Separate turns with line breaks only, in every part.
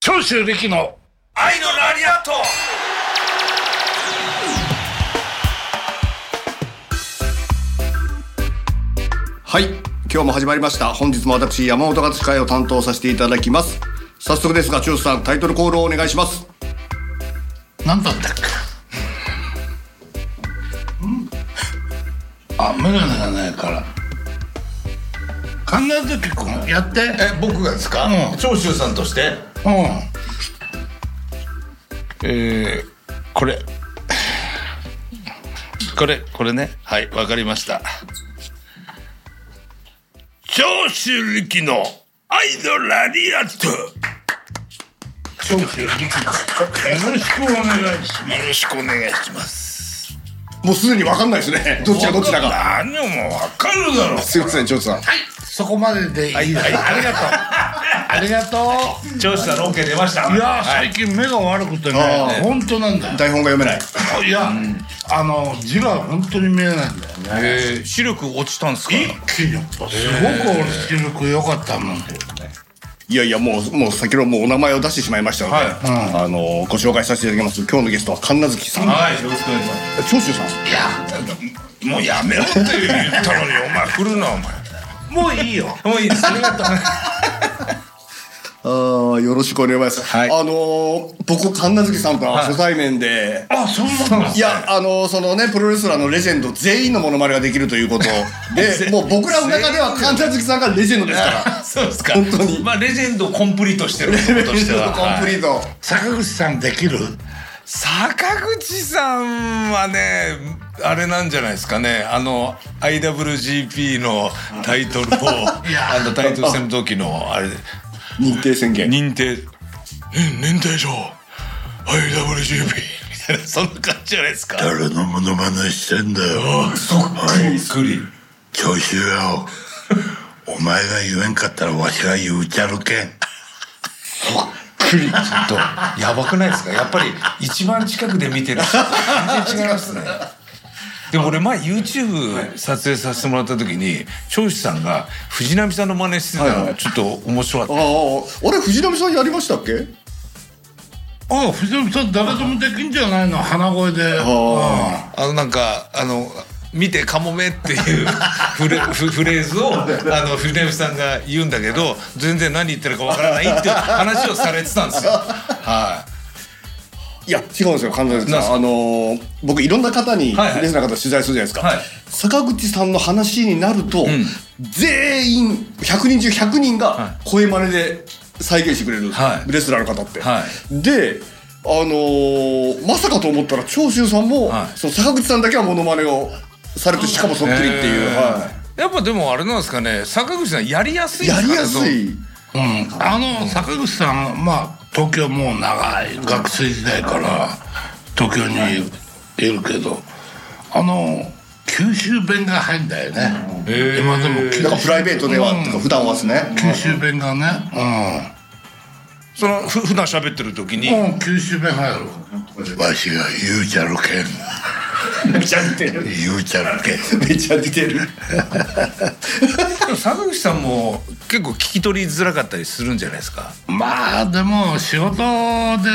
長州力の
愛のラリアット
はい今日も始まりました本日も私山本勝司会を担当させていただきます早速ですが長州さんタイトルコールをお願いします
何だったっけあメガネがないから考えてきくんやって
え僕がですか、
うん
長州さんとして
うん
えー、これこれこれねはいわかりました長州力の愛のラリアットよ
長州力よろしくお願いしま
ろしくお願いします
もうすでに分かんないです ねどっちがどっちだか
何もうわかるだろう
すいません長州さん
すそこまででいいです、ありがとうありがとう
長州さんの OK 出ました
いやー最近目が悪くてね
あー
本当なんだよ
台本が読めない
いや、あの字が本当に見えないんだよね
えー、視力落ちたんですか
一気にやっぱすごく俺視力良かったもんで
いやいやもうもう先ほどもうお名前を出してしまいましたので、あのご紹介させていただきます今日のゲストは神奈月さん、
はいよろしくお願いします
長州さん
いや
もうやめろって言ったのにお前来るなお前
もういいよ
もういいですありがとう
あーよろしくお願いします、
はい
あのー僕神奈月さんとは初対面で、
あそんなの
いや、あの、そのね、プロレスラーのレジェンド全員のモノマネができるということで、もう僕らの中では神田月さんがレジェンドですから。
そうですか
本当に
まあレジェンドをコンプリートしてることと
レ
し
ジ
て
ェン
は
ド コンプ
はい
リート。
坂口さんできる
坂口さんはねあれなんじゃないですかねあの IWGP のタイ トルを
や
あのタイトル戦の時のあれ
認定宣言。
認定え年代上 IWGP みたいなそんな感じじゃないですか
誰のモノマネしてんだよ。
作り
長州よ。お前が言えんかったらわしが言うちゃるけん。
とやばくないですかやっぱり一番近くで見てる人と全然違いますねでも俺前 YouTube 撮影させてもらった時に長州さんが藤波さんの真似してたのがちょっと面白か
あ
っ
あ、あれ、藤波さんやりましたっけ
あ藤波さん誰でもできんじゃないの鼻声で
あ
たあのなんかあの見てカモメっていう フレフフレー ズをあの藤波さんが言うんだけど全然何言ってるかわからない っていう話をされてたんですよはい
いや、違うんですよ、神田月
なんす
さん。
か
あのー、僕いろんな方に、
はいはい
レスラーの方取材するじゃないですか。
はい
坂口さんの話になると、全員、100人中100人が声真似で再現してくれる、
はい
レスラーの方って。
はい
で、あのーまさかと思ったら長州さんも、
はい
その坂口さんだけはモノマネをされてしかも そっくりってい
え
う、
ー
は
やっぱでもあれなんですかね坂口さんやりやすい
い、
んで
や
すか
り
ね
やすい
うんあの坂口さんまあ東京もう長い学生時代から東京にいるけどあの九州弁が入んだよね今でも九
だからプライベートでは、とか普段はですね、
九州弁がね
そのふ普段喋ってる時に、
うん、うん、九州弁入る
わしが言うちゃるけん。言うちゃるけん。
めっちゃ似てる
坂口さんも結構聞き取りづらかったりするんじゃないですか
まあでも仕事で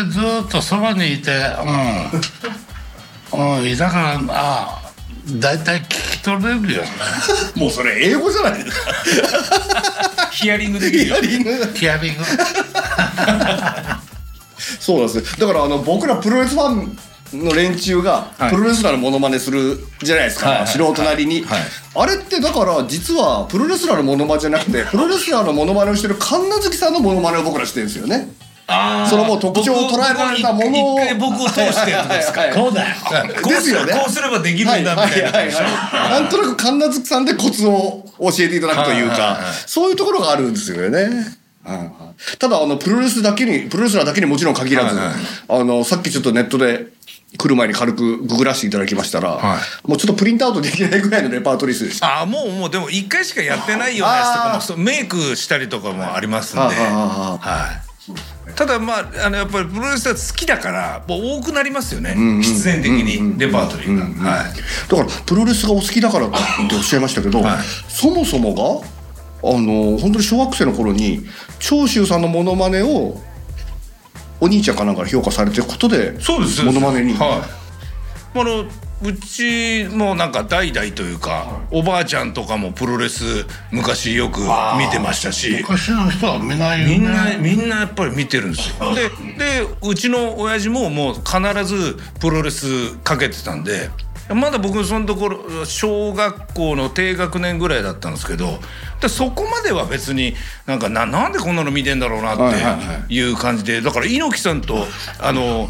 ずっとそばにいてうん、うん、だからあ大体聞き取れるよね
もうそれ英語じゃないですか
ヒアリングできるよ
ヒアリング
そうなんですよだからあの僕らプロレスファンの連中が
はい
プロレスラーのモノマネするじゃないですか、
はいはい
素人なりに、
はい
あれってだから実はプロレスラーのモノマネじゃなくてプロレスラーのモノマネをしてる神奈月さんのモノマネを僕らしてるんですよね
あー
そのもう特徴を捉えられたものを
僕一回僕を通してやるんですか
はいはいは
こ
い
うだよこう
です
す
よ
れ
ね
ばこうすればできるんだみたいな感じでしょ
い、なんとなく神奈月さんでコツを教えていただくとい
はいはい
うか、
はい
そういうところがあるんですよね。ただあのプロレスだけにプロレスラーだけにもちろん限らず、
はいはい
あのさっきちょっとネットで来る前に軽くググらせていただきましたら、
は
もうちょっとプリントアウトできないぐらいのレパートリー数でした。
ああもうもうでも一回しかやってないようなやつとか
あー
もそうメイクしたりとかもありますんで
あーあ
はいただまああのやっぱりプロレスラー好きだからもう多くなりますよね必然的にレパートリーがはい
だからプロレスがお好きだからっておっしゃいましたけど、
はい
そもそもがあの本当に小学生の頃に長州さんのモノマネをお兄ちゃんかなんかに評価されてることで
そうです
モノマネに、
はい、あのうちもなんか代々というか、おばあちゃんとかもプロレス昔よく見てましたし
昔の人は見ないよね
みんなみんなやっぱり見てるんですよででうちの親父ももう必ずプロレスかけてたんでまだ僕そのところ小学校の低学年ぐらいだったんですけどでそこまでは別になんかななんでこんなの見てんだろうな
はいはいは
っていう感じでだから猪木さんとあの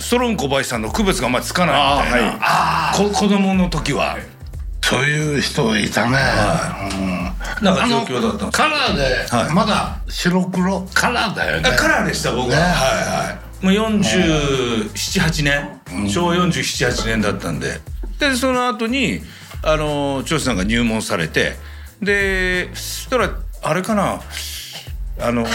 ストロン小林さんの区別があんまりつかないみたいな、こ子供の時は
そういう人いたね、うん、
なんか状況だったんです
あのカラーで、
はい
まだ白黒カラーだよね
カラーでした僕は、はいはいもう478年昭和478年だったんででその後にあの長司さんが入門されてでそしたらあれかなあの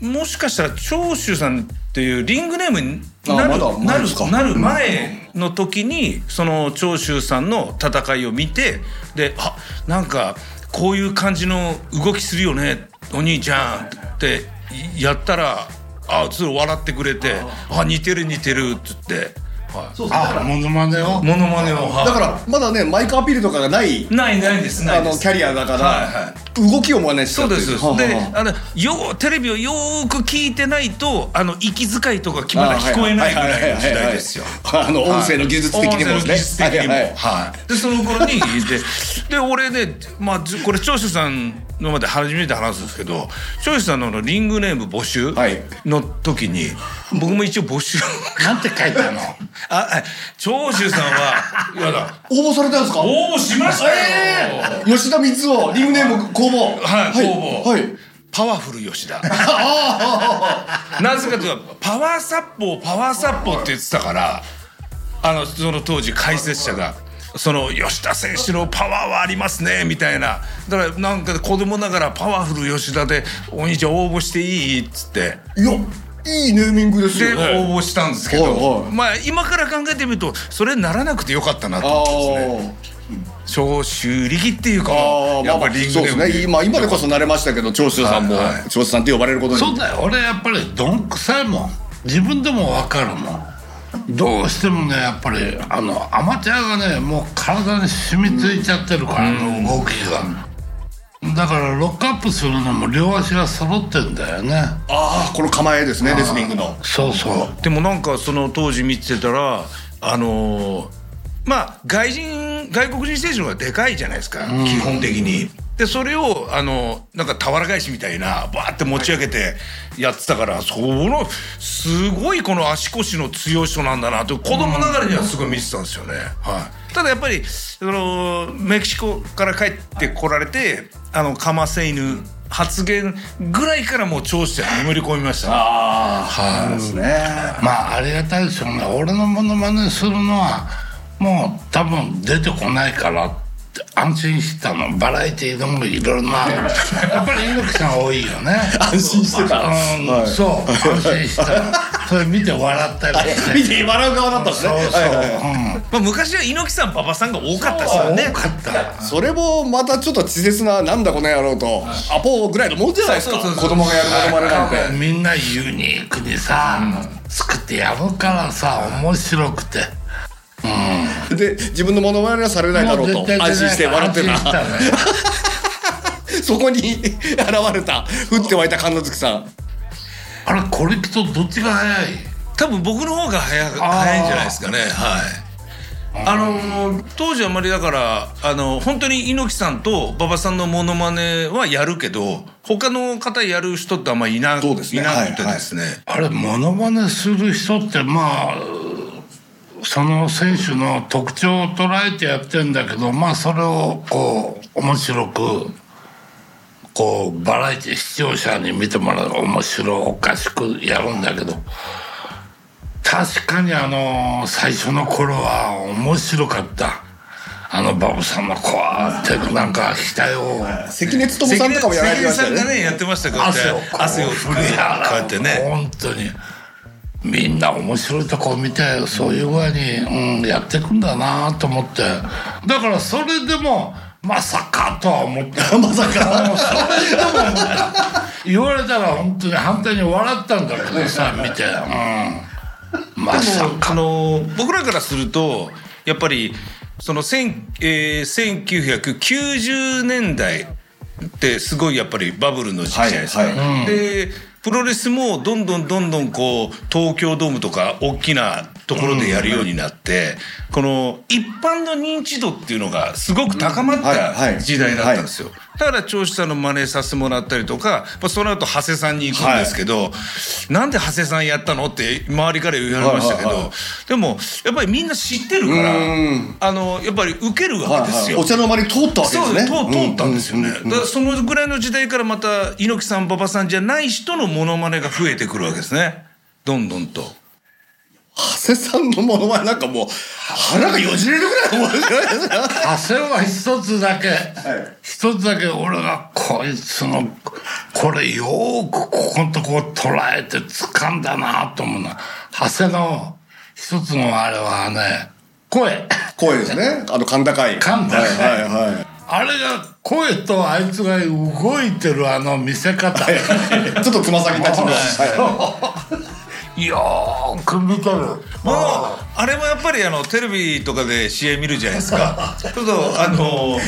もしかしたら長州さんっていうリングネームになる,、
あまだ
な
前ですか
るなる前の時にその長州さんの戦いを見てであなんかこういう感じの動きするよねお兄ちゃんってやったらあちょっと笑ってくれてあ似てる似てるっつって、は
あ
い、
モノマネを
モノマネをはい
だからまだねマイクアピールとかがない
ないないですな
あ
いで
の
す
キャリアだから、
は
動きを真似して
そうです。
はあはあ
で、あのようテレビをよーく聞いてないとあの息遣いとかまだ聞こえないぐらいの時代ですよ。
あの音声の技術的にもね、
音声の技術的にも。
は
はいい
はい
でその頃にでで俺ねまあじこれ長州さんのまで初めて話すんですけど長州さんのあのリングネーム募集
はい
の時に、僕も一応募集
なんて書いたの
ああ長州さんはいやだ
応募されたんですか
応募しましたよ。
吉田光雄リングネーム公
は
募
い公募
はい
パワフル吉 田なぜかというとパワーサッポーパワーサッポーって言ってたからあのその当時解説者が「その吉田選手のパワーはありますね」みたいなだからなんか子供ながら「パワフル吉田でお兄ちゃん応募していい?」っつって
いやいいネーミングです
で
よね
応募したんですけど、
はいはい
まあ今から考えてみるとそれにならなくてよかったなと
あ
思ってですね
ー
長州力っていうか
あ
や
ーまあ
っ
ま
ぱ
あ
りリング
そうですね今今でこそ慣れましたけど長州さんも、
はいは
長州さんって呼ばれることに
そうだよ俺やっぱりどんくさいもん自分でもわかるもんどうしてもねやっぱりあのアマチュアがねもう体に染みついちゃってるから、あの動きがだからロックアップするのも両足が揃ってんだよね
ああこの構えですねレスリングの
そうそう
でもなんかその当時見てたらあのーまあ外人外国人選手の方がでかいじゃないですか、基本的に。でそれをあのなんか俵返しみたいなバーって持ち上げてやってたから、そのすごいこの足腰の強い人なんだなと子供ながらにはすごい見てたんですよね。はい、ただやっぱりそのメキシコから帰ってこられてあのカマセイヌ発言ぐらいからもう長子に眠り込みましたね、
ですね
まあありがたいですよね俺のものまねするのはもう多分出てこないからって安心したのバラエティーでもいろいろ なやっぱり猪木さん多いよね
安心してた、
うん、そう安心したそれ見て笑ったりして
見て笑う側だったんですね
そうそう、
はいはいは
う
い
ん
まあ、昔は猪木さん馬場さんが多かったですよね。
勝った
それもまたちょっと稚拙ななんだこの野郎とアポーぐらいのもんじゃないですか
そうそうそう
子供がやるものまねなんて
みんなユニークにさ、作ってやるからさ面白くて
で自分のモノマネはされないだろうと
もう絶対
安心して笑って
安心
た
したね
そこに 現れた降って湧いた神奈月さん
あれこれきっとどっちが早い
多分僕の方が早い早いんじゃないですかね。はい。あの当時あまりだからあの本当に猪木さんと馬場さんのモノマネはやるけど他の方やる人ってあんまりいな,、
そうですね
いなくてですね、
あれモノマネする人ってまあその選手の特徴を捉えてやってんだけどまあそれをこう面白くこうバラエティ視聴者に見てもらう面白おかしくやるんだけど確かにあの最初の頃は面白かったあのバブさんのこうやってなんか額を
関根勤さんとかもやられてました
関
よ
根さんが
ね
ねやってましたから
汗をこう
汗を
振
振
り
り
払う
こうやってね
本当にみんな面白いとこを見てそういう具合に、うん、やっていくんだなと思ってだからそれでもまさかとは 思った。まさか。それでも思った。言われたら本当に反対に笑ったんだけどさ、見て。うん。まさか。
あの僕らからするとやっぱりその、千えー、1990年代ってすごいやっぱりバブルの時期じゃないですか。
はいは
でプロレスもどんどんどんどんこう東京ドームとか大きなところでやるようになって、この一般の認知度っていうのがすごく高まっ
はいは
た
い
時代だったんですよ。だから長子さんの真似させてもらったりとか、まあ、その後長谷さんに行くんですけど、なんで長谷さんやったのって周りから言われましたけど、
はいはい
でもやっぱりみんな知ってるから
うん
あのやっぱり受けるわけですよ。
お茶の間に通ったわけで
そ
す
う
ね
と通ったんですよね、
うううん
だからそのぐらいの時代からまた猪木さん馬場さんじゃない人のモノマネが増えてくるわけですねどんどんと
長谷さんのものはなんかもう腹がよじれるぐらい面白いですね
汗は一つだけ、一つだけ俺がこいつのこれよーくここのとこ捉えて掴んだなと思うな長谷の一つのあれはね声
声ですねあの甲高い
甲高い
はいはいはい
あれが声とあいつが動いてるあの見せ方、
ちょっとつま先立ちの、は
よーく見てる
もうあれもやっぱりあのテレビとかで試合見るじゃないです かちょっとあの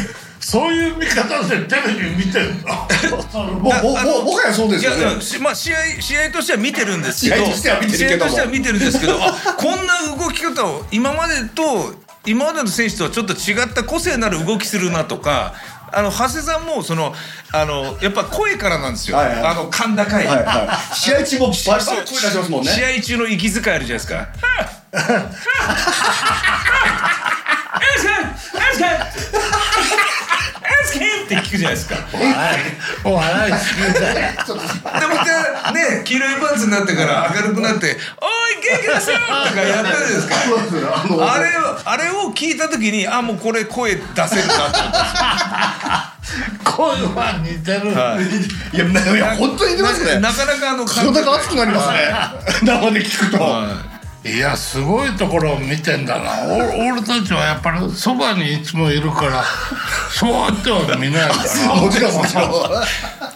そういう見方でテレビ見てるの
い、もうも
あの
うももはやそうですよ
いや
ね
しまあ試合試合としては見てるんですけど
試合としては見てるけど
試合と
も
しては見てるんですけどあこんな動き方を今までと今までの選手とはちょっと違った個性のある動きするなとか。あの長谷さんもそのあのやっぱ声からなんですよ、
はいはい
あの甲高い、
はいはい、試合中もバリバリ声出しますもんね
試合中の息遣いあるじゃないですか。って聞くじゃないですか。で
お
も
笑い好きだよ
一回ね黄色いパンツになってから明るくなって「おい元気出せよ!」とかやったじゃないですか。あれをあれを聞いた時にあもうこれ声出せるなと思って
声は似てる、
いやないや本当に似てますね
なかなかあの
体が熱くなりますね生で聞くと、
いやすごいところを見てんだなお俺たちはやっぱりそばにいつもいるからそうやっては見ないから
もちろんもちろんは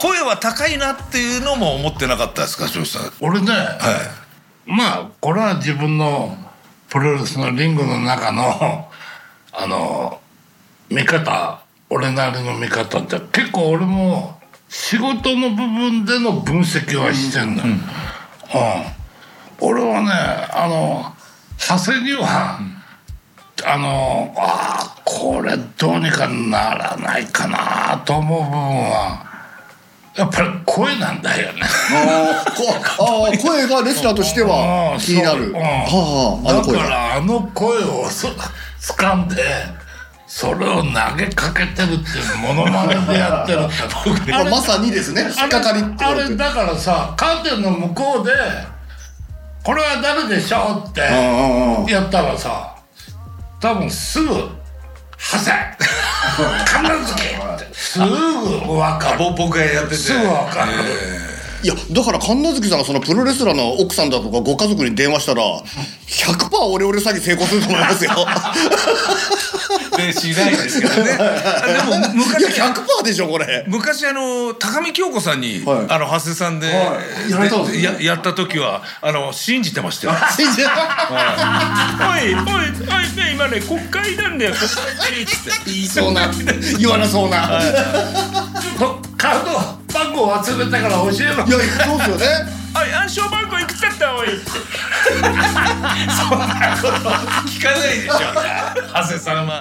声は高いなっていうのも思ってなかったですか庄司さん。
俺ね、まあこれは自分のプロレスのリングの中の あの見方俺なりの見方って結構俺も仕事の部分での分析はしてんのよ、うん俺はねあの長谷には、あのあーこれどうにかならないかなと思う部分はやっぱり声なんだよね。
あーこあー声がレスラーとしては
うん
気にな
そうう
る
ん
はあはああの声
だか
が
らあの声をそ掴んでそれを投げかけてるっていうモノマネでやって る僕
まあまさにですね引っ
あれ
かかりって
あれだからさカーテンの向こうで「これは誰でしょ?」って
うんうんうん
やったらさ多分すぐ「ハセ」「 神奈月」ってすぐ分かる
ぼ僕がやってて。
すぐ分かる。
いやだから神奈月さんがそのプロレスラーの奥さんだとかご家族に電話したら100%オレオレ詐欺成功すると思いますよ
でしないですけどね。 あでも
いや
昔
100%でしょ これ
昔あの高見京子さんに、
はい
あの長谷さんで、
はいやられたんですね
でややった時はあの信じてま したよ。
信じら
おいおいおいね今ね国会なんだよ国会って
れ言いそうな言わなそうな、い、
とカード番号忘れたから教えろ
やそうですよね
おい暗証番号いくつだったおい。 そんなこと聞かないでしょ長谷さんは。